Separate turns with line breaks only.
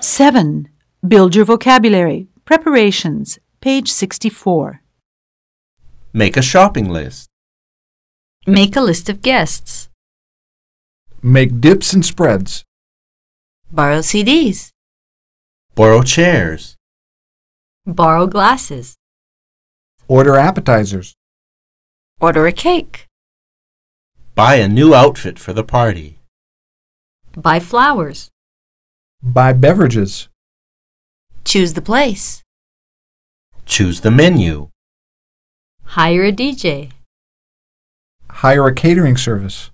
7. Build your vocabulary. Preparations. Page 64.
Make a shopping list.
Make a list of guests.
Make dips and spreads.
Borrow CDs.
Borrow chairs.
Borrow glasses.
Order appetizers.
Order a cake.
Buy a new outfit for the party.
Buy flowers.
Buy beverages.
Choose the place.
Choose the menu.
Hire a DJ.
Hire a catering service.